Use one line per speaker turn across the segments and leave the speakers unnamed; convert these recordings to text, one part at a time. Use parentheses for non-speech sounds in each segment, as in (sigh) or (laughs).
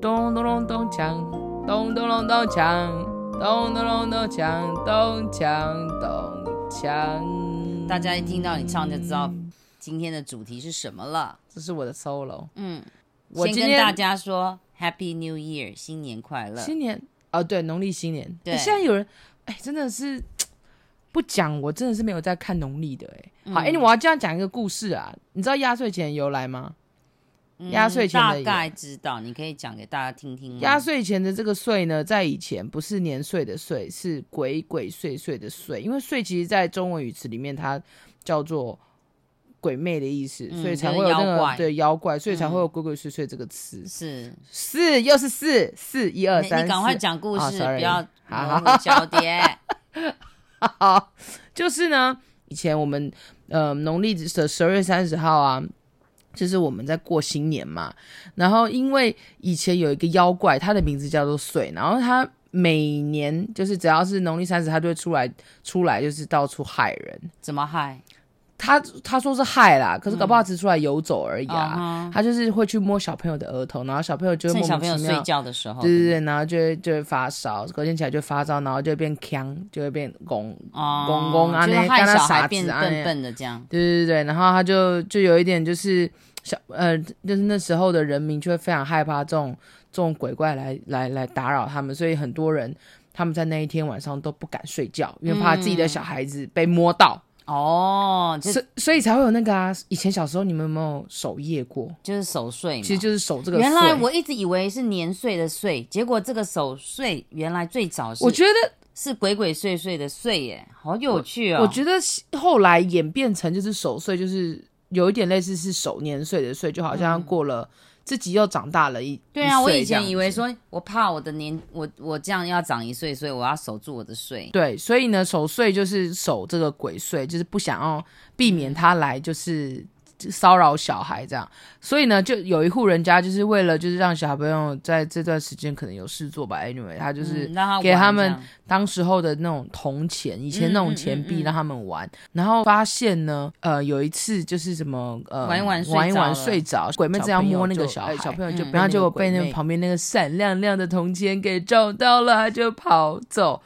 咚咚隆咚锵，咚咚隆咚锵，咚咚隆咚锵，咚锵咚锵。
大家一听到你唱就知道今天的主题是什么了。
这是我的 solo。
嗯，
我
先
今
跟大
天
家说 Happy New Year，新年快乐。
新年哦，对，农历新年。
对
现在有人哎，真的是不讲，我真的是没有在看农历的哎。好，
嗯
哎，我要这样讲一个故事啊，你知道压岁钱的由来吗？
嗯
压岁钱
大
的也
概知道，你可以讲给大家听听吗。
压岁钱的这个岁呢，在以前不是年岁的岁，是鬼鬼祟祟的祟，因为岁其实，在中文语词里面，它叫做鬼魅的意思，
嗯
所以才会有那
就是
个
妖怪嗯
对妖怪，所以才会有鬼鬼祟祟这个词。
是，
四又是四，四一二
你
三，
你赶快
四
讲故
啊
事，
，sorry
不要
好
模糊焦点。
好，就是呢，以前我们呃农历的十二月三十号啊，就是我们在过新年嘛。然后因为以前有一个妖怪，他的名字叫做水，然后他每年就是只要是农历三十，他就会出来出来，就是到处害人。
怎么嗨？
他他说是害啦，可是搞不好只是出来游走而已啊。
啊哈，
他就是会去摸小朋友的额头，然后小朋友就会
趁
莫
小朋
名
友
其
睡
妙。
觉的时候。
对对对，然后就会就会发烧，隔天起来就发烧，然后就会变呛，就会变拱
哦，
公公啊
就是
那
害
跟他
小
傻
孩
子
变
啊那
笨笨的这样。
对对对，然后他就就有一点就是小呃，就是那时候的人民就会非常害怕这种这种鬼怪来来来打扰他们，所以很多人他们在那一天晚上都不敢睡觉，因为怕自己的小孩子被摸到，
哦，就
所所以才会有那个啊。以前小时候你们有没有守夜过？
就是守岁嘛。
其实就是守这个岁。
原来我一直以为是年岁的岁，结果这个守岁原来最早是
我觉得，
是鬼鬼祟祟的祟耶，好有趣哦。
我觉得后来演变成就是守岁，就是有一点类似是守年岁的岁，就好像过了、自己又长大了一
嗯对啊，
一
我
岁
以
这样
前以为
子
说我怕我的年我我这样要长一岁，所以我要守住我的岁。
对，所以呢，守岁就是守这个鬼岁，就是不想要避免他来就是骚扰小孩这样。所以呢，就有一户人家就是为了就是让小朋友在这段时间可能有事做吧，anyway，他就是
嗯、让他
给
玩
他
这
们
样
当时候的那种铜钱，以前那种钱
嗯嗯
币
嗯嗯
让他们玩，然后发现呢，呃，有一次就是什么呃
玩一玩睡着
玩一玩
了
睡着，鬼妹正要摸那个小孩，
小朋友就
嗯
哎
然后
小朋友就被那
结果
个
被
鬼
那
魅
旁边那个闪亮亮的铜钱给照到了，他就跑走。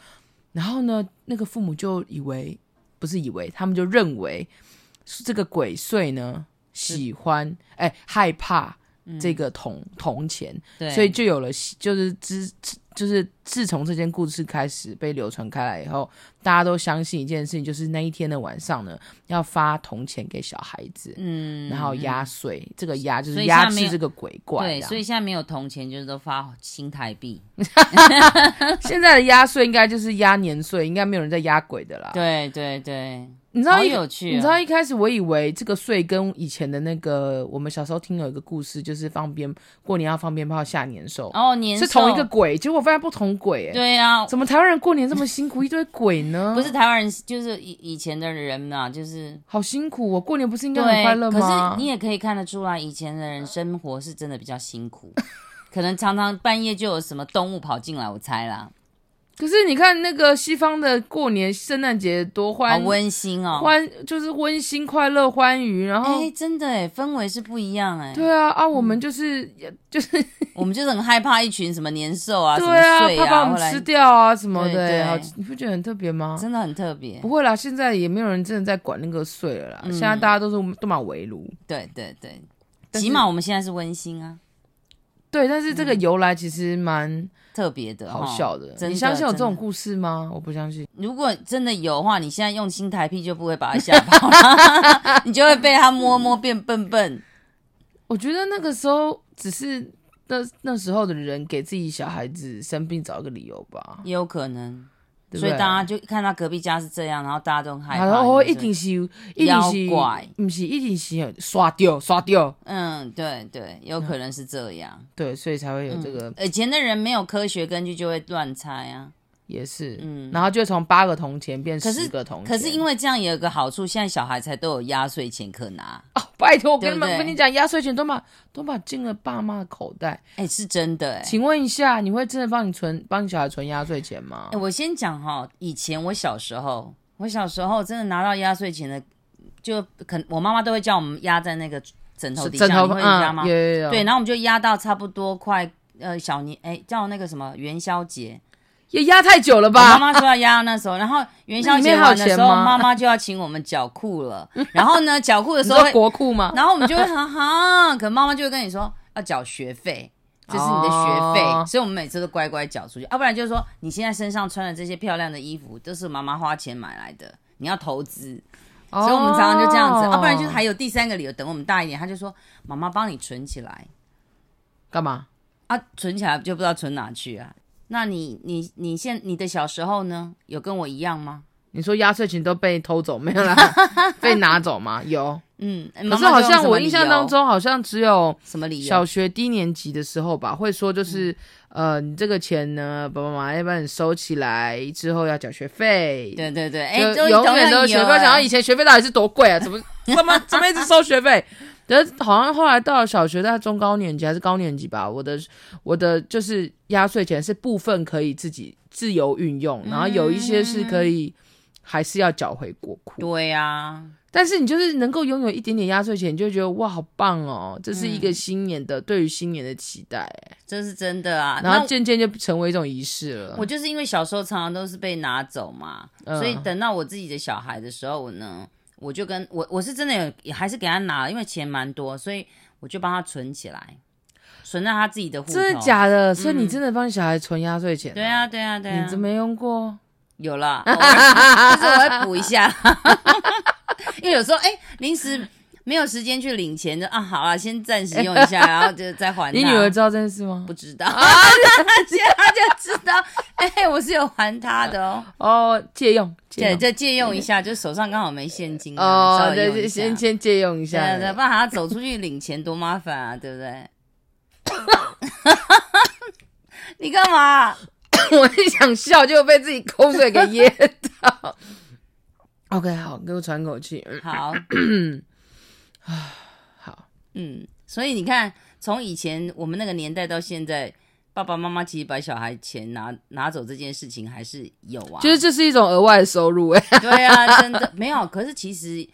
然后呢，那个父母就以为不是以为，他们就认为是这个鬼祟呢喜欢哎害怕
嗯
这个铜铜钱，
对，
所以就有了就是自就是自从这件故事开始被流传开来以后，大家都相信一件事情，就是那一天的晚上呢要发铜钱给小孩子。
嗯
然后压岁，这个压就
所
是
以
压
下面
制这个鬼怪。啊
对，
这样
所以现在没有铜钱，就是都发新台币。
现在的压岁应该就是压年岁，应该没有人在压鬼的啦。，
对对对，
啊你知道
好
一
有趣、哦。
你知道一开始我以为这个岁跟以前的那个我们小时候听有一个故事，就是放鞭过年要放鞭炮下年兽，
哦，年
是同一个
兽
鬼，结果发现不同鬼、欸。
对啊，
怎么台湾人过年这么辛苦，一堆鬼呢？
不是，台湾人，就是以以前的人嘛，就是
好辛苦哦，过年不是应该
对，
很快乐
可
吗？
是你也可以看得出来，以前的人生活是真的比较辛苦， (laughs) 可能常常半夜就有什么动物跑进来，我猜啦，
可是你看那个西方的过年，圣诞节多
好
欢
温馨哦。
欢，就是温馨、快乐、欢愉，然后。
哎，真的哎，氛围是不一样哎。
哦对啊，啊，我们就是、就是
我们就是很害怕一群什么年兽啊，什
对
么
啊，
岁
怕把我
后
们
来
吃掉啊什么的、
对对
好你不觉得很特别吗？
真的很特别
不。会啦，现在也没有人真的在管那个税了啦。
嗯
现在大家都是都买围炉，
对对对，
但是
起码我们现在是温馨啊，
对，但是这个由来其实蛮
特别的，
好
哈
笑的。
嗯真的
你相信有这种
真的
故事吗？我不相信。
如果真的有的话，你现在用新台币就不会把它吓跑了， (laughs) 你就会被它摸摸变笨笨。
我觉得那个时候只是那那时候的人给自己小孩子生病找一个理由吧，
也有可能。
对不对
所以大家就看到隔壁家是这样，然后大家都很害怕。
然后
就是
一定是一定是
妖怪
不是一定是刷掉刷掉，
嗯，对对，有可能是这
(laughs)
样。嗯
对，所以才会有这个、
以前的人没有科学根据，就会乱猜啊。
也是，
嗯
然后就从八个铜钱变
可是
十个铜钱，
可是因为这样也有个好处，现在小孩才都有压岁钱可拿。
哦，拜托，我跟你
对
们
不对
跟你讲，压岁钱都把都把进了爸妈的口袋。
哎，是真的哎、
请问一下，你会真的帮你存帮你小孩存压岁钱吗
哎，？我先讲哈、以前我小时候，我小时候真的拿到压岁钱的，就可能我妈妈都会叫我们压在那个枕头底下，
枕头
你会压吗？
嗯，有有有。
对，然后我们就压到差不多快呃小年哎叫那个什么元宵节，
也压太久了
我妈
吧？
妈说要压到那时候，然后元宵
那里
节
面还有
完的时
钱
候，
吗
妈妈就要请我们缴
(laughs)
库了。然后呢，缴库的
你
时候
说
会，
国库吗？
然后我们就会哈哈，可妈妈就会跟你说要缴学费，这是你的学费，
哦
所以我们每次都乖乖缴出去，啊要不然就是说你现在身上穿的这些漂亮的衣服都是妈妈花钱买来的，你要投资，所以我们常常就这样子，要、啊不
哦
然就是还有第三个理由，等我们大一点，他就说妈妈帮你存起来
干嘛？
啊，存起来就不知道存哪去啊。那你你你现你的小时候呢，有跟我一样吗？
你说压岁钱都被偷走没有
(laughs)
啦？被拿走吗？有，
嗯，
可
妈
是
妈
好
就用
像
什么
我
理
印象
由
当中好像只有
什么理由？
小学低年级的时候吧，会说就是、
嗯
呃，你这个钱呢，爸爸妈妈要帮你收起来，之后要缴学费。
对对对，哎、
就
都
永远
同样
都是学费。
有
我想到
哎
以前学费到底是多贵啊？
(laughs)
怎么怎么怎么一直收学费？但是好像后来到了小学，大概中高年级还是高年级吧，我的我的就是压岁钱是部分可以自己自由运用，然后有一些
嗯
是可以还是要缴回国库。
对啊呀、
但是你就是能够拥有一点点压岁钱，你就会觉得哇，好棒哦！这是一
嗯
个新年的、对于新年的期待，
这是真的啊。
然后
那
渐渐就成为一种仪式了。
我就是因为小时候常常都是被拿走嘛，
嗯
所以等到我自己的小孩的时候，我呢，我就跟我我是真的有也还是给他拿了，因为钱蛮多，所以我就帮他存起来，存到他自己的户头。
真的假的？所以你真的帮小孩存压岁钱、
对，啊，对啊，对啊
你，怎么没用过？
有
(laughs)
啦，偶尔就是我会补一下， (laughs) 因为有时候哎临、时没有时间去领钱，就啊好啦，先暂时用一下，然后就再还他。
你女儿知道这件事吗
不？知 (laughs) 道，现在他就知道，哎、我是有还他的
(laughs)
哦。
哦，借用，
对，
借
就借用一下，就手上刚好没现金
用，
啊，
哦
稍，微
对，
用一
对
下。
先先借用一下
对。对，不然还要走出去领钱，多麻烦啊，对不对？ (laughs) 你干嘛？
(laughs) 我一想笑，就被自己口水给噎到。OK，好，给我喘口气。嗯
(clears throat) 好，
好，
嗯，所以你看，从以前我们那个年代到现在，爸爸妈妈其实把小孩钱拿拿走这件事情还是有啊，
就是这是一种额外的收入，哎，
对啊，真的没有。可是其实，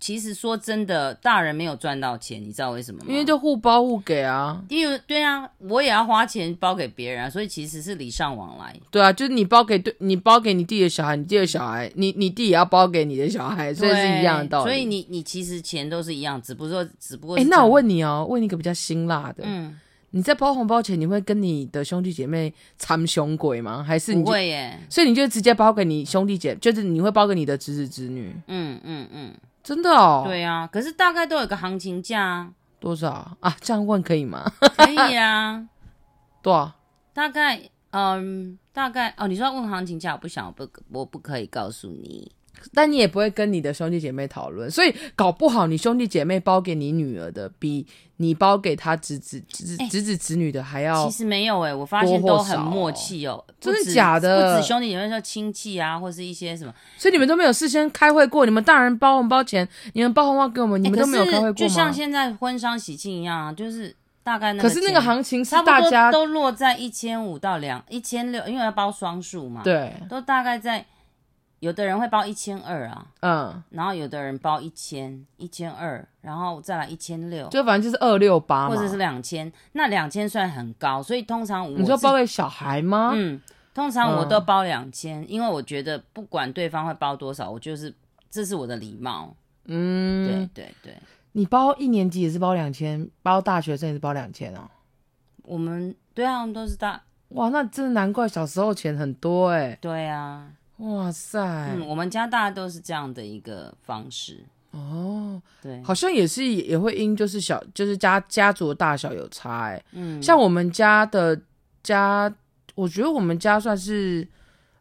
其实说真的，大人没有赚到钱，你知道为什么吗？
因为就互包互给啊。
因为对啊，我也要花钱包给别人啊，所以其实是礼尚往来。
对啊，就是你包给对，你包给你弟的小孩，你弟的小孩，你你弟也要包给你的小孩，所以是一样的道理。
对所以你你其实钱都是一样，只不过只不过
哎、
是
那我问你哦，问你一个比较辛辣的，
嗯，
你在包红包前，你会跟你的兄弟姐妹参兄鬼吗？还是你
不
就
会耶，
所以你就直接包给你兄弟姐，就是你会包给你的侄子侄女，
嗯嗯嗯，
真的哦？，
对啊，可是大概都有个行情价啊， (laughs)
多少啊啊？这样问可以吗？ (laughs)
可以啊，
多少？
大概嗯大概哦，你说要问行情价，我不想，我不我不可以告诉你，
但你也不会跟你的兄弟姐妹讨论，所以搞不好你兄弟姐妹包给你女儿的，比你包给他侄子侄
哎
侄子侄女的还要
其实没有哎，我发
多
现
或
都很
哦少
默契哦，不
真的
止
假的
不止兄弟姐妹，说亲戚啊，或是一些什么。
所以你们都没有事先开会过，你们大人包红包前，你们包红包给我们，你
欸
们都没有开会
可
过
是就像
吗？
现在婚丧喜庆一样啊，就是大概那
可是那个
钱
行情是
差不
大
多
家
都落在一千五到两一千六，因为要包双数嘛，，
对，
都大概在有的人会包一千二啊，
嗯，
然后有的人包一千一千二，然后再来一千六，
就反正就是二六八
或
嘛。
者是两千，那两千算很高，所以通常我
你说
自
包给小孩吗？
嗯，通常我都包两千、因为我觉得不管对方会包多少，我就是这是我的礼貌，
嗯，
对对对。
你包一年级也是包两千，包大学生也是包两千哦。
我们对啊，我们都是大
哇，那真的难怪小时候钱很多哎、
对啊，
哇塞，
嗯，我们家大家都是这样的一个方式。
哦，
对，
好像也是也会因就是小就是家家族的大小有差哎、
嗯，
像我们家的家，我觉得我们家算是。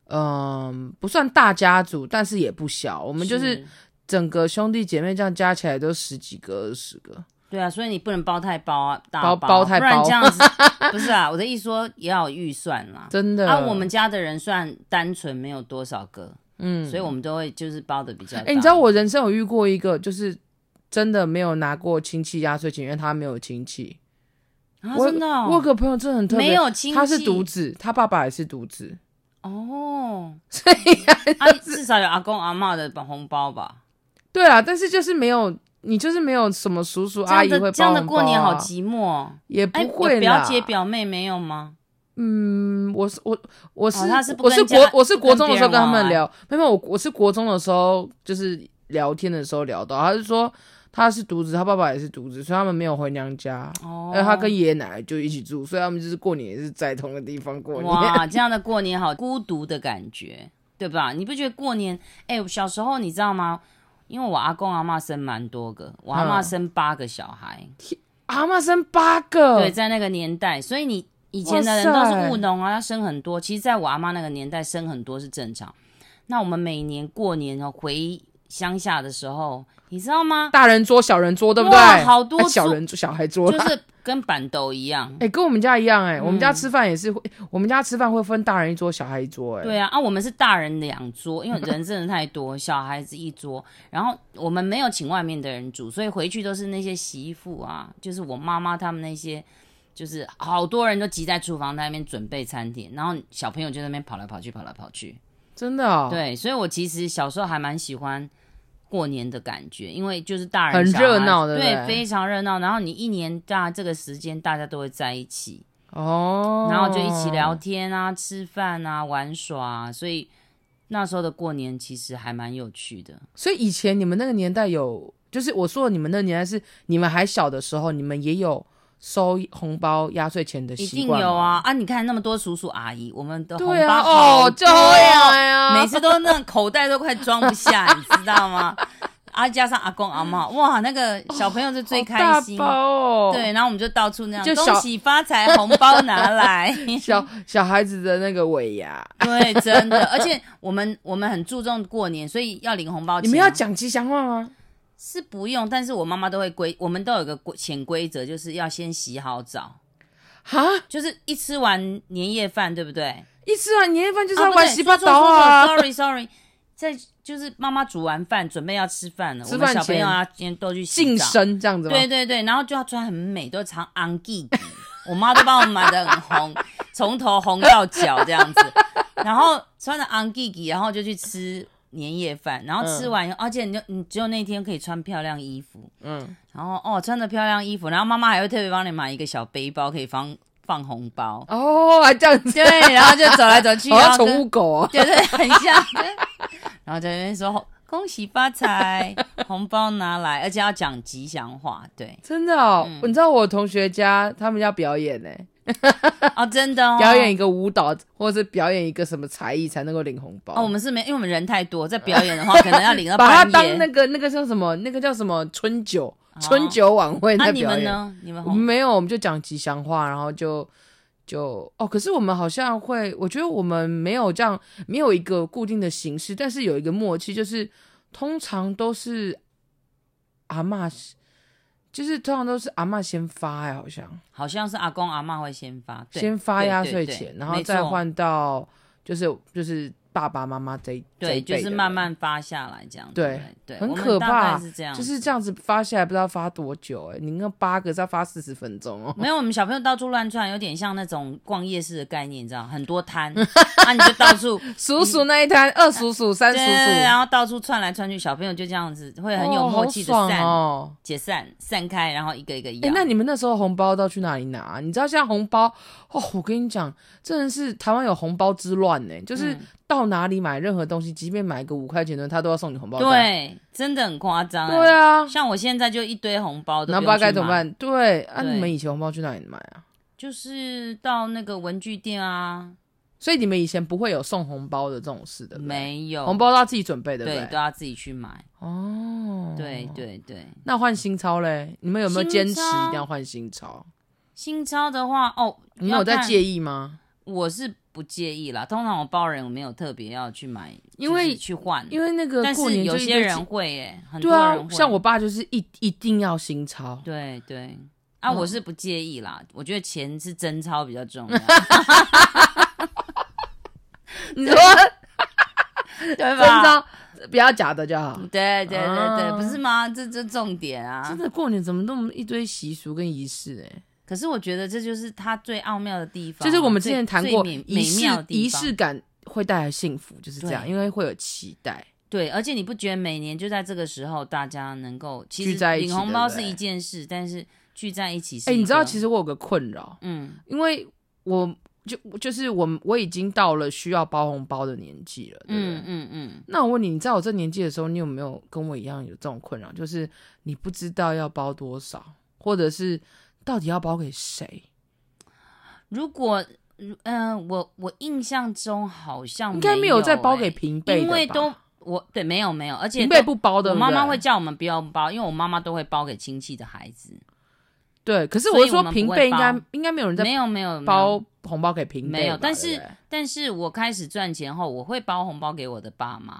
嗯，不算大家族，但是也不小。我
我
们就是整个兄弟姐妹这样加起来都十几个、二十个。
对啊，所以你不能包太包啊，大
包
包
包太
不然
包
这样
(laughs)
子不是啊。我的意思说也要有预算啦。
真的
啊，我们家的人算单纯，没有多少个，
嗯，
所以我们都会就是包的比较大。
哎、你知道我人生有遇过一个，就是真的没有拿过亲戚压岁钱，因为他没有亲戚。
啊，
我
真的哦、
我有个朋友真的很特别，
没有亲戚，
他是独子，他爸爸也是独子， (laughs)
哦，
所以
啊，至少有阿公阿嬷的红包吧？
对啊，但是就是没有你就是没有什么叔叔
这
阿
样
姨
的、
会
这样
帮
的
忙
过年
包
好
啊
寂寞哦。
也
哎，
不
有
会啦。
表姐表妹没有吗？
嗯，我是我我是、
哦他是不
我是
跟家
国我是
不
国
跟
中的
别
时候
人
跟他
往
们
来
聊，没有我我是国中的时候就是聊天的时候聊到，他是说他是独子，他爸爸也是独子，所以他们没有回娘家，
哦
因，呃为他跟爷爷奶奶就一起住，所以他们就是过年也是在同个地方过年。
哇，这样的过年好孤独的感觉，对吧？你不觉得过年？哎、我小时候你知道吗？因为我阿公阿妈生蛮多个，我阿妈
嗯
生八个小孩，
阿妈生八个，
对，在那个年代，所以你以前的人
哇
都
塞
是务农啊，要生很多。其实，在我阿妈那个年代，生很多是正常。那我们每年过年哦，回乡下的时候，你知
(laughs)
道吗？
大人桌小人桌，对不对？
哇好多
哎小
桌
人桌小孩桌
就
啦，
是嗯跟板豆一样，
(laughs) 哎、跟我们家一样哎、我们家吃饭也是会，我们家吃饭会分大人一桌，小孩一桌哎、
对啊，啊，我们是大人两桌，因为人真的太多，小孩子一桌，然后我们没有请外面的人煮，所以回去都是那些媳妇啊，就是我妈妈他们那些，就是好多人都挤在厨房在那边准备餐点，然后小朋友就在那边跑来跑去，跑来跑去。
真的哦，，
对，所以我其实小时候还蛮喜欢过年的感觉，因为就是大人
很
小孩
热闹对不对
对，非常热闹。然后你一年大这个时间大家都会在一起，
哦，
然后就一起聊天啊、吃饭啊、玩耍啊，所以那时候的过年其实还蛮有趣的。
所以以前你们那个年代有，就是我说的你们那个年代是你们还小的时候，你们也有收红包压岁钱的
一
习
定
惯吗
有。啊啊！你看那么多叔叔阿姨，我们的红
对啊，
包
哦啊
好，
就哎
多哦
呀呀，
每次都那种口袋都快装不下，你知道吗？ (laughs) 啊，加上阿公阿妈，哇，那个小朋友是最开心。
好大包哦，，
对，然后我们就到处那
就
样，
小
恭喜发财，红包拿来。 (laughs)
小小孩子的那个尾牙，
对，真的，而且我们我们很注重过年，所以要领红包。
你们要讲吉祥话吗？
是不用，但是我妈妈都会规，我们都有一个规潜规则，就是要先洗好澡，
哈，
就是一吃完年夜饭，对不对？
一吃完年夜饭就是要
啊
玩
不对
洗八刀啊，
说错说错，sorry sorry，在就是妈妈煮完饭准备要吃饭了，
吃
我
饭
们小朋
前
友啊今天都去洗
净
澡，
身这样子吗？
对对对，然后就要穿很美，都常昂记， (laughs) 我妈都帮我买的很红， (laughs) 从头红到脚这样子，然后穿的昂记记，然后就去吃年夜饭，然后吃完以后，而且你就你只有那天可以穿漂亮衣服。
嗯，。
然后哦，穿着漂亮衣服，然后妈妈还会特别帮你买一个小背包，可以放放红包 (laughs)
哦，还这样子，
对，然后就走来走去，
好
然
像
后
宠物
跟
狗哦，
(laughs) 对对，很像。然后在那边说恭喜发财，红包拿来，而且要讲吉祥话。对，
真的哦，
嗯
你知道我同学家他们要表演呢，
(laughs) 哦，真的哦，
表演一个舞蹈，或者是表演一个什么才艺才能够领红包。
哦，我们是没，因为我们人太多，在表演的话，可能要领
(laughs)
到
把它
半夜。
当那个那个叫什么，那个叫什么春酒、春酒晚会在
那哦啊你
表
们
演。嗯
呢？你们
我们
红
没有，我们就讲吉祥话，然后就就哦。可是我们好像会，我觉得我们没有这样，没有一个固定的形式，但是有一个默契，就是通常都是阿嬷，就是通常都是阿嬷先发哎、好像。
好像是阿公阿妈会先发，对
先发
对
压
对
岁
对
钱，然后
没
再
错
换到就是就是爸爸妈妈这一这
对，
一
就
辈
是
的
慢
人
慢发下来这样子。
对
对，
很
我们
可
大
怕
概是这样，
就是这样子发下来，不知道发多久哎、你那八个是要发四十分钟
(laughs)
哦、
没有，我们小朋友到处乱窜，有点像那种逛夜市的概念，你知道，很
(laughs)
多摊，啊，你就到处，
数数那一摊，二数数， (laughs) 三
对啊
数
然
数，
后到处窜来窜去，小朋友就这样子，会很有
哦
默
好
契的
爽
散、
哦。
解散、散开，然后一个一个
哎、
摇。
那你们那时候红包都去哪里拿、啊你知道现在红包哦，我跟你讲，真的是台湾有红包之乱呢、就是
嗯
到哪里买任何东西，即便买个五块钱的，他都要送你红包袋。
对，真的很夸张、
对
啊，
啊，
(laughs) 像我现在就一堆红包都
然后不知
用
道
去
该怎么
买，
办。对，啊，
对
你们以前红包去哪里买啊？
就是到那个文具店啊，
所以你们以前不会有送红包的这种事的，对不对
没有
红包都要自己准备，对不
对，啊
对？
都要自己去买。
哦，
对。对对，
那换新钞嘞？你们有没有坚持
新
一
钞
定要换新钞？
新钞的话，哦，
你们有
要
在
看
介意吗？
我是不介意啦，通常我包人我没有特别要去买，
因为
就是去换，
因为那个
但
过
是
年
有
就一
些
堆
人
钱
会耶、很多
对啊
人，会。
像我，爸就是一一定要新钞。
对对啊，
嗯
我是不介意啦，我觉得钱是真钞比较
(laughs)
重要，
(laughs) 你说
对
真
吧？嗯
钞不要假的就好。
(laughs) 对对对对，
啊
不是吗？这这重点啊
真。的过年怎么那么一堆习俗跟仪式哎？
可是我觉得这就是它最奥妙的地方啊，
就是我们之
最
前谈过
最美
仪
美
式
妙的地
仪
方
式感会带来幸福，就是这样，
对
因为会有期待。
对，而且你不觉得每年就在这个时候，大家能够其
聚
实
在一起
领红包
对不
是
对
一件事，但是聚在一起是
哎、
一个，
你知道其实我有个困扰，
嗯
因为我就就是我我已经到了需要包红包的年纪了，对不对
嗯嗯嗯，
那我问你，你在我这年纪的时候，你有没有跟我一样有这种困扰？就是你不知道要包多少，或者是到底要包给谁？
如果嗯、呃我我印象中好像
应该
没
没有再包
欸
给平辈的吧，
因为都我对没有没有，而且
平辈
都
不包的，
我妈
对不
妈
对
会叫我们不要包，因为我妈妈都会包给亲戚的孩子。
对。可是
所以
我是说
我们不
平
会
辈应该
包
应该没有人在
没有没有没有
包红包给平辈吧，
没有但
对
是但是我开始赚钱后，我会包红包给我的爸妈。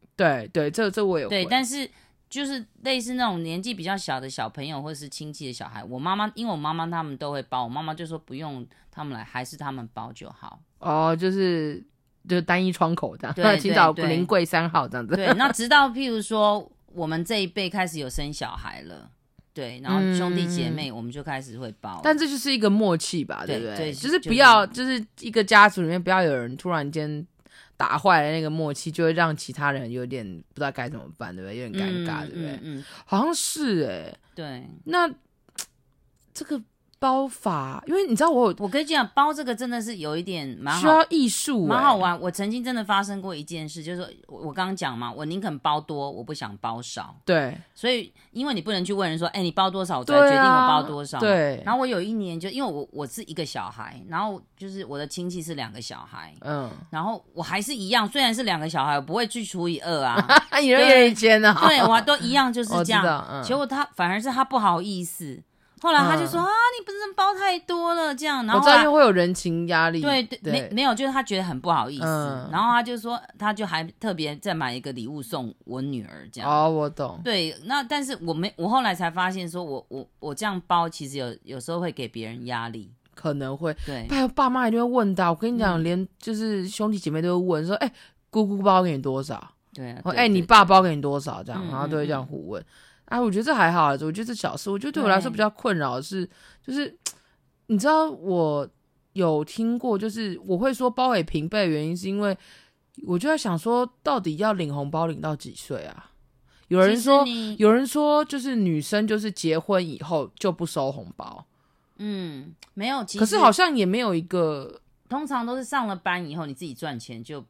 不对对对，这这我有
对，
回
但是就是类似那种年纪比较小的小朋友或是亲戚的小孩，我妈妈因为我妈妈他们都会包，我妈妈就说不用他们来，还是他们包就好。
哦，就是就是单一窗口这样，
对
(laughs)
对
请找
对
临柜三号这样子。 (laughs)
对，那直到譬如说我们这一辈开始有生小孩了，对，然后兄弟姐妹我们就开始会包了。
嗯但这就是一个默契吧，
对
不对？
对
就是
就
不要，就是一个家族里面不要有人突然间打坏了那个默契，就会让其他人有点不知道该怎么办，对不对？有点尴尬，
嗯
对不对？
嗯嗯，
好像是哎、
对。
那这个包法，因为你知道我有
我跟你讲，包这个真的是有一点蛮
需
好，
要艺术、欸，
蛮好。玩。我曾经真的发生过一件事，就是说我我刚刚讲嘛，我宁肯包多，我不想包少。
对
所以，因为你不能去问人说，哎、你包多少，我才
对啊
决定我包多少。。
对，
然后我有一年就因为我我是一个小孩，然后就是我的亲戚是两个小孩， (laughs)
嗯，
然后我还是一样，虽然是两个小孩，我不会去除以二啊，
(laughs) 啊，有点尖啊， (laughs)
对我都一样就是
我
这
知
样。
道，嗯，
结果他反而是他不好意思，后来他就说、
嗯
啊，你不能包太多了这样，然
我
后
知
后来
道，因为会有人情压力，
对对，没没有，就是他觉得很不好意思，
嗯
然后他就说，他就还特别再买一个礼物送我女儿这样。
哦，我懂，
对，那但是我没，我后来才发现，说我我我这样包，其实有有时候会给别人压力。
可能会。
对，嗯
爸爸妈一定会问到，我跟你讲，连就是兄弟姐妹都会问说，哎、姑姑包给你多少？
对啊，
或
对
哎、你
对
爸包给你多少？这样，
嗯
然后都会这样互问。哎、我觉得这还好，我觉得这小事。我觉得对我来说
对
比较困扰的是，就是你知道我有听过，就是我会说包给平辈的原因，是因为我就在想说，到底要领红包领到几岁啊？有人
其实
说，
你
有人说就是女生就是结婚以后就不收红包，
嗯，没有，其实
可是好像也没有一个
通常都是上了班以后，你自己赚钱就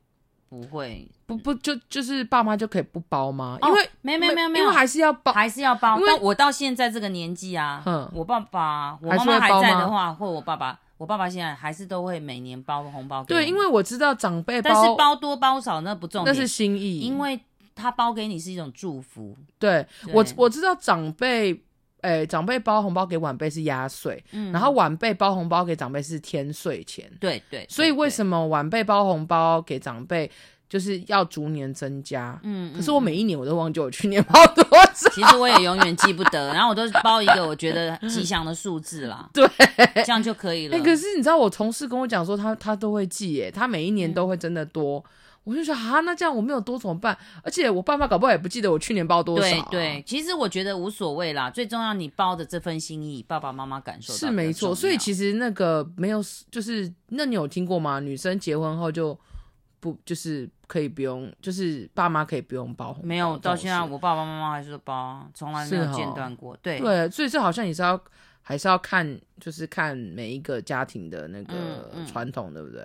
不会，
不不就就是爸妈就可以不包吗？
哦
因为
没没没有没
因
有
为还是要包。
还是要包。
因为
但我到现在这个年纪啊
嗯，
我爸爸、我
还
妈
是会
妈还
包
在
吗
的话，或我爸爸，我爸爸现在还是都会每年包红包给我
对，
们。
因为我知道长辈
但是
包
包多包少那不重
那
点，
是心意，
因为他包给你是一种祝福。
对
对
我我知道长辈。哎、长辈包红包给晚辈是压岁，
嗯
然后晚辈包红包给长辈是添岁钱，
对对，
所以为
么？
什么晚辈包红包给长辈就是要逐年增加？
嗯，
可是
嗯
我每一年我都忘记我去年包多
(laughs)
少，
其实我也永远记不得， (laughs) 然后我都包一个我觉得
(laughs)
吉祥的数字啦，
对，
这样就可以了
哎、。可是你知道我同事跟我讲说他，他都会记耶，他每一
嗯
年都会真的多。我就说啊，那这样我没有多怎么办？而且我爸妈搞不好也不记得我去年包多少、啊
对对，，其实我觉得无所谓啦，最重要你包的这份心意，爸爸妈妈感受到
是没错。所以
实
其实那个没有，就是那你有听过吗？女生结婚后就不就是可以不用，就是爸妈可以不用包红包
没有
这种
到现在，
事
我爸爸妈妈还是包啊，从来没
是
有
哦
间断过。对，
对，所以这好像也是要还是要看，就是看每一个家庭的那个
嗯嗯
传统，对不对？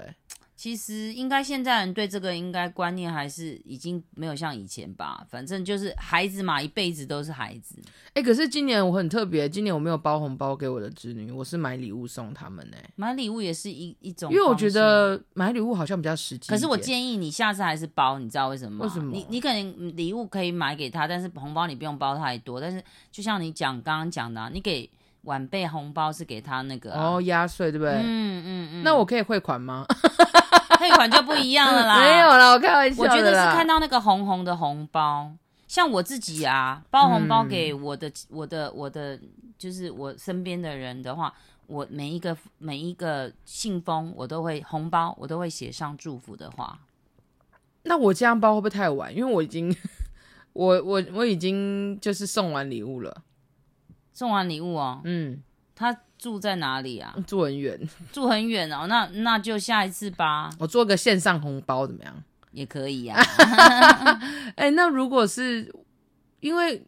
其实应该现在人对这个应该观念还是已经没有像以前吧，反正就是孩子嘛，一辈子都是孩子。
哎、可是今年我很特别，今年我没有包红包给我的侄女，我是买礼物送他们呢、
买礼物也是一一种，
因为我觉，得买礼物好像比较实际一点。
可是我建议你下次还是包，你知道为什么吗？
为什么
你你可能嗯礼物可以买给他，但是红包你不用包太多。但是就像你讲刚刚讲的、啊，你给晚辈红包是给他那个、啊、
哦，压岁对不对？
嗯嗯嗯， (laughs)
那我可以汇款吗？
退款就不一样了啦。
(laughs) 没有啦，我开玩笑
我觉
的
得是
啦
看到那个红红的红包，像我自己啊，包红包给
嗯
我的、我的、我的，就是我身边的人的话，我每一个每一个信封，我都会红包，我都会写上祝福的话。
那我这样包会不会太晚？因为我已经， (laughs) 我我我已经就是送完礼物了，
送完礼物哦，
嗯，
他住在哪里啊？
住很远，
住很远哦，那那就下一次吧。
我做个线上红包怎么样？
也可以
(laughs)
啊呀、
哎、那如果是因为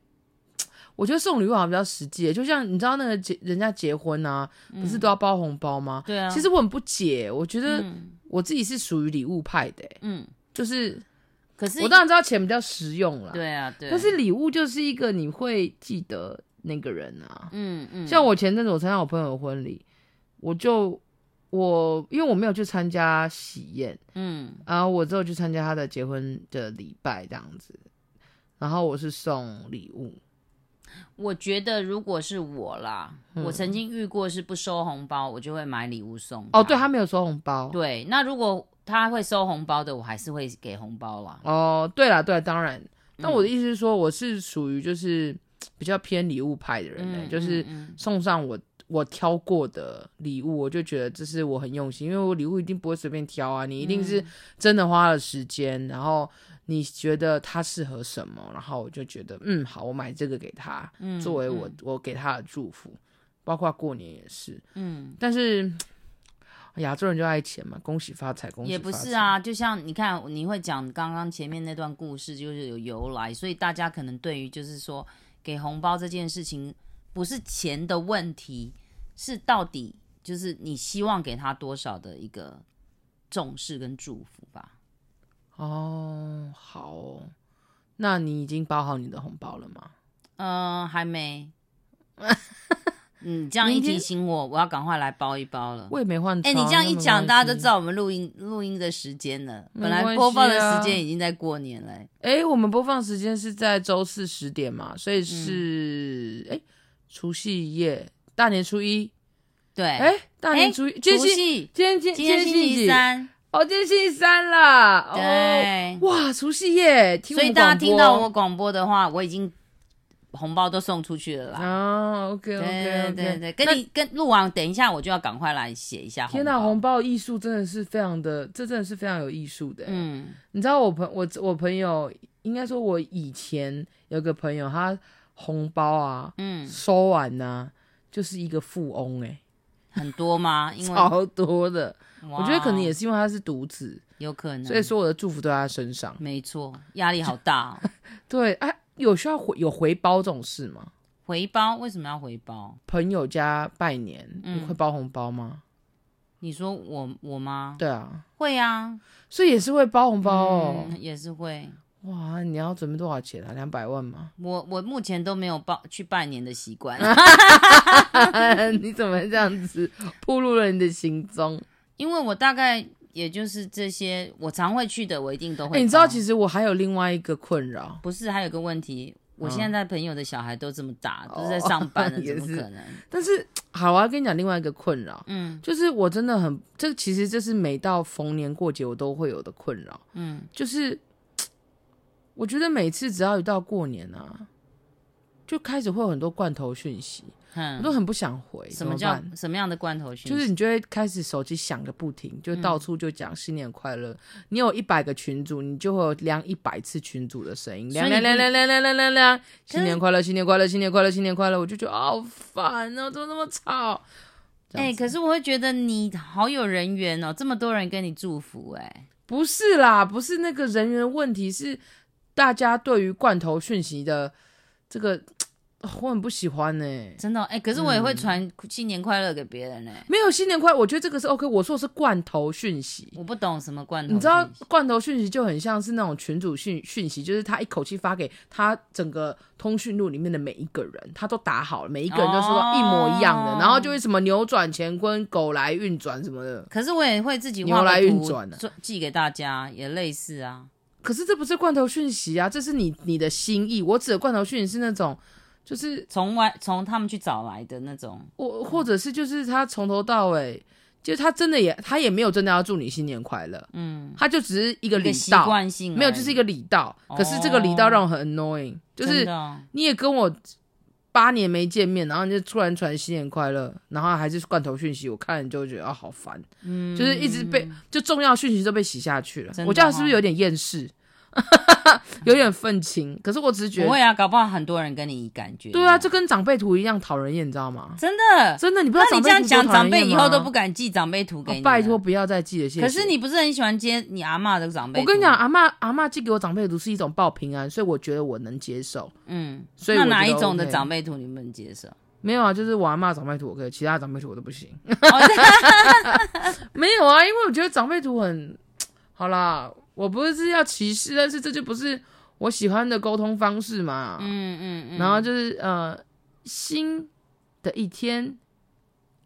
我觉得送礼物好像比较实际，就像你知道那个结人家结婚啊，
嗯
不是都要包红包吗？
对啊，
其实我很不解，我觉得
嗯
我自己是属于礼物派的、哎
嗯，
就是
可是
我当然知道钱比较实用啦，，
对啊对，
但是礼物就是一个你会记得那个人啊。
嗯嗯，
像我前阵子我参加我朋友的婚礼，我就我因为我没有去参加喜宴，
嗯
然后我之后去参加他的结婚的礼拜这样子，然后我是送礼物，
我觉得如果是我啦，
嗯
我曾经遇过是不收红包，我就会买礼物送
哦，对他没有收红包。
对，那如果他会收红包的，我还是会给红包啦。
哦，对啦，对啦，当然。但
嗯
我的意思是说，我是属于就是嘖比较偏礼物派的人呢、就是
嗯
送上我我挑过的礼物，我就觉得这是我很用心，因为我礼物一定不会随便挑啊，你一定
嗯
是真的花了时间，然后你觉得它适合什么，然后我就觉得嗯好，我买这个给他，
嗯
作为我我给他的祝福，包括过年也是，
嗯，
但是。嘖哎亚洲人就爱钱嘛，恭喜发财，恭喜
也不
发
是
财，
啊，就像你看，你会讲刚刚前面那段故事，就是有由来，所以大家可能对于就是说给红包这件事情，不是钱的问题，是到底就是你希望给他多少的一个重视跟祝福吧。
哦，好哦那你已经包好你的红包了吗？
嗯、
(laughs)
还没。嗯，这样一
明天
提醒我，我要赶快来包一包了。
我也没换
哎、
钞。
你这样一讲，大家都知
道。
道我们录音录音的时间了。
没
本来
关
播放的
系啊
时间已经在过年了、
哎，我们播放时间是在周四十点嘛，所以是
嗯
哎、除夕夜，大年初一。
对，
哎，大年初一，今
除
天星
夕，
今天今
今天
星
星
期
期
几？
三，
哦，今天星期三啦。哦，
对，
哇，除夕夜，听
所以
我们
大家
广
听
播
到我广播的话，我已经红包都送出去了啦。
啊，OK
对
OK
对对
OK。
对，跟你跟录完，等一下我就要赶快来写一下
天
哪，
呐，红包艺术真的是非常的，这真的是非常有艺术的。
嗯
你知道我朋我我朋友，应该说我以前有个朋友，他红包啊，
嗯，
收完呢、就是一个富翁哎、
很多吗？因为
超多的。
我
我觉得可能也是因为他是独子，
有可能，
所以说我的祝福都在他身上。
没错，压力好大哦、
对，哎、有需要回有回包这种事吗？
回包为什么要回包？
朋友家拜年，你会包红包吗？
你说我我吗？
对啊，
会啊，
所以也是会包红包哦。
嗯，也是会。？
哇，你要准备多少钱啊？两百万吗
我我目前都没有报去拜年的习惯，
(laughs) 你怎么这样 (laughs) 子暴露了你的行踪？
因为我大概也就是这些我常会去的，我一定都会
哎、
报。
你知道，其实我还有另外一个困扰，
不是还有个问题，我现在朋友的小孩都这么大，
哦
都嗯是在上班 (laughs) 了，
也
怎
是
么可能？
但是好，我要跟你讲另外一个困扰，
嗯
就是我真的很，这其实这是每到逢年过节我都会有的困扰，
嗯，
就是我觉得每次只要一到过年啊，就开始会有很多罐头讯息，我
哼，
都很不想回，
嗯什
么
么叫
办
什么样的罐头讯息？嗯
就是你就会开始手机响个不停，就到处就讲新年快乐。你有一百个群组，你就会有量一百次群组的声音，
所以
量
你
量量量量量量量量，
是
新年快乐，新年快乐，新年快乐，新年快乐。我就觉得好烦哦，怎么那么吵？这
哎、
样子
可是我会觉得你好有人缘哦，这么多人跟你祝福、哎，
不是啦，不是那个人员问题，是大家对于罐头讯息的这个，我很不喜欢呢、
真的哦、哎、可是我也会传新年快乐给别人呢、哎
没有新年快，我觉得这个是 OK。我说的是罐头讯息，
我不懂什么罐头
你
讯
知
息，
道罐头讯息就很像是那种群主讯讯息，就是他一口气发给他整个通讯录里面的每一个人，他都打好了，每一个人都说
哦
一模一样的，然后就会什么扭转乾坤、狗来运转什么的。
可是我也会自己画
牛来
个
运
图
转啊
做寄给大家，也类似啊。
可是这不是罐头讯息啊，这是你你的心意。我指的罐头讯息是那种，就是
从外从他们去找来的那种，
我或者是就是他从头到尾，就是他真的也他也没有真的要祝你新年快乐，
嗯，
他就只是一个
一个
礼
习
道，
惯性而已，
没有就是一
个
个礼道。
哦
可是这个礼道让我很 annoying，就是你也跟我八年没见面，然后你就突然传新年快乐，然后还是罐头讯息，我看了就会觉得啊好烦，
嗯
就是一直被就重要讯息都被洗下去了
真的。哦
我这样是不是有点厌世？ (laughs) 有点愤青。可是我只是觉
不
得，
会啊，搞不好很多人跟你感觉一样。
对啊，这跟长辈图一样讨人厌，你知道吗？
真的，
真的，你不
那
要
你这样讲，长辈以后都不
敢、
敢寄长辈图给你、啊
哦拜托。不要再记了，谢谢。
可是你不是很喜欢接你阿嬷的长辈？
我跟你讲，，阿嬷阿嬷寄给我长辈图是一种报平安，所以我觉得我能接受。
嗯，
所以
那
我觉
哪
得
一种的
OK
长辈图你不能
(laughs)
接受？
没有啊，就是我阿嬷长辈图我可以，其他长辈图我都不
(laughs)
行。
哦这
没有啊，因为我觉得长辈图很好啦，我不是要歧视，但是这就不是我喜欢的沟通方式嘛。
嗯嗯嗯，
然后就是呃，新的一天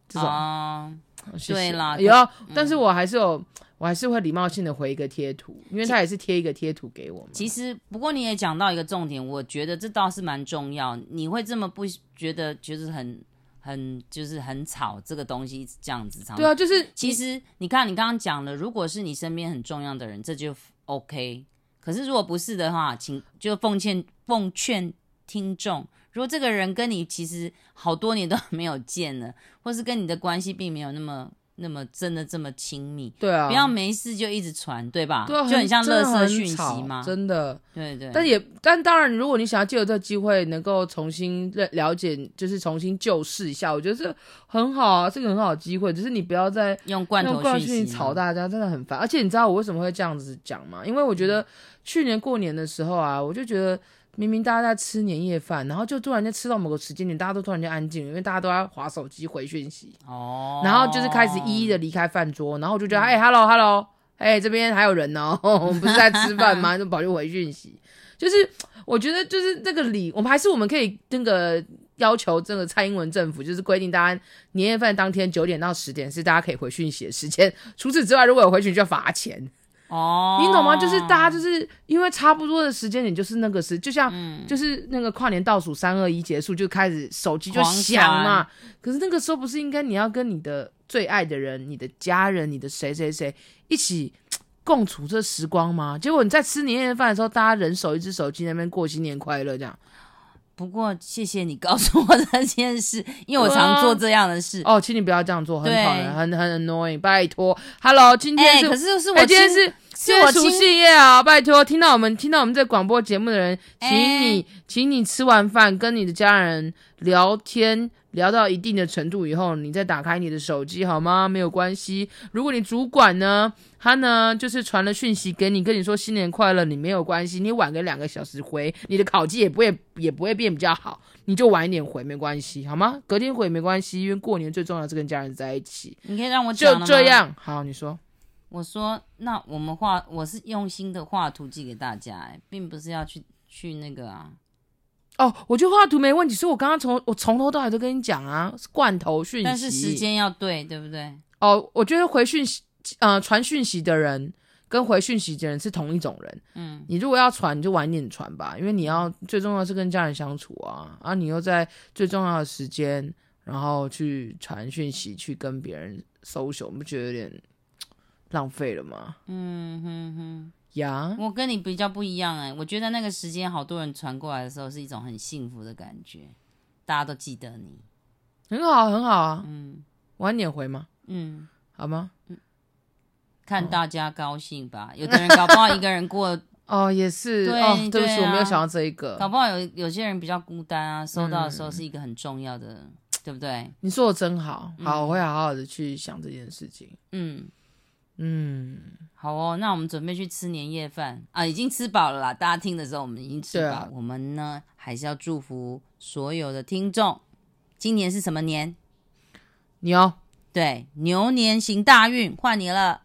这种，
哦，
谢谢
对嗯啦
有，但是我还是有，我还是会礼貌性的回一个贴图，因为他也是贴一个贴图给我嘛。
其实，不过你也讲到一个重点，我觉得这倒是蛮重要。你会这么不觉得，就是很很就是很吵这个东西这样子，常
对啊，就是
其实你看，你刚刚讲了，如果是你身边很重要的人，这就 OK。可是如果不是的话，请就奉劝奉劝听众，如果这个人跟你其实好多年都没有见了， (laughs) 或是跟你的关系并没有那么那么真的这么亲密，
对啊，
不要没事就一直传，对吧？
对啊，
就很像
真
垃
的
圾
很
讯息
吵
嘛。
真的。
对对。
但也但当然，如果你想要借由这个机会能够重新认了解，就是重新旧事一下，我觉得这很好啊，这个很好的机会，只是你不要再
用罐
用
头
惯
讯
性
息
吵
吗，
大家真的很烦。而且你知道我为什么会这样子讲吗？因为我觉
嗯
得去年过年的时候啊，我就觉得明明大家在吃年夜饭，然后就突然间吃到某个时间点，大家都突然间安静了，因为大家都在划手机回讯息，
哦，
然后就是开始一一的离开饭桌，然后我就觉得哎、h e l l o hello，哎、这边还有人哦，我们 (laughs) 不是在吃饭吗？就跑去回讯息，就是我觉得就是这个理，我们还是我们可以那个。要求这个蔡英文政府就是规定，大家年夜饭当天九点到十点是大家可以回讯息的时间。除此之外，如果有回讯就要罚钱。
哦，
你懂吗？就是大家就是因为差不多的时间点，就是那个时，就像
嗯
就是那个跨年倒数三二一结束就开始手机就响嘛。可是那个时候不是应该你要跟你的最爱的人、你的家人、你的谁谁谁一起嘖共处这时光吗？结果你在吃年夜饭的时候，大家人手一只手机那边过新年快乐这样。
不过谢谢你告诉我这件事，因为我
啊
常做这样的事。
哦，请你不要这样做，很
对
讨人，很很 annoying。拜托，Hello，今天
哎、
是
可是是我、
哎今天是
是我
除
亲
夕夜啊！拜托，听到我们听到我们这广播节目的人，请
哎
你，请你吃完饭跟你的家人聊天，聊到一定的程度以后，你再打开你的手机好吗？没有关系。如果你主管呢，他呢就是传了讯息给你，跟你说新年快乐，你没有关系，你晚个两个小时回，你的考绩也不会也不会变比较好，你就晚一点回没关系，好吗？隔天回没关系，因为过年最重要的是跟家人在一起。
你可以让我讲
就
了吗
这。样，好，你说。
我说，那我们画，我是用心的画图寄给大家、哎，并不是要去去那个啊。
哦，我觉得画图没问题，所以我刚刚从我从头到尾都跟你讲啊，是罐头讯息。
但是时间要对，对不对？
哦，我觉得回讯息，呃，传讯息的人跟回讯息的人是同一种人。
嗯，
你如果要传，你就晚一点传吧，因为你要最重要是跟家人相处啊，啊，你又在最重要的时间，然后去传讯息，去跟别人 social，你不觉得有点浪费了吗？嗯哼嗯哼，呀、
我跟你比较不一样哎、我觉得那个时间好多人传过来的时候，是一种很幸福的感觉，大家都记得你。
很好，很好啊，
嗯
晚点回嘛，
嗯，
好吗？
看大家高兴吧。有的人搞不好一个人过
哦，也是
对
哦，对不
对
起，我没有
啊
想到这一个。
搞不好有有些人比较孤单啊，收到的时候
嗯
是一个很重要的，对不对？
你说的真好，好，我会好好的去想这件事情。
嗯，
嗯，
好哦，那我们准备去吃年夜饭啊，已经吃饱了啦。大家听的时候我们已经吃
对
饱，
啊
我们呢还是要祝福所有的听众，今年是什么年？
你哦，
对，牛年行大运，换你了，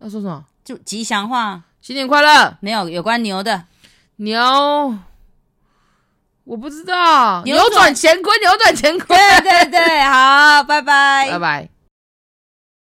要说什么？
祝吉祥话
新年快乐，
没有有关牛的，
牛！我不知道，
哦扭
扭
转
转乾坤，扭转乾坤。
对对对，好，拜拜，
拜拜。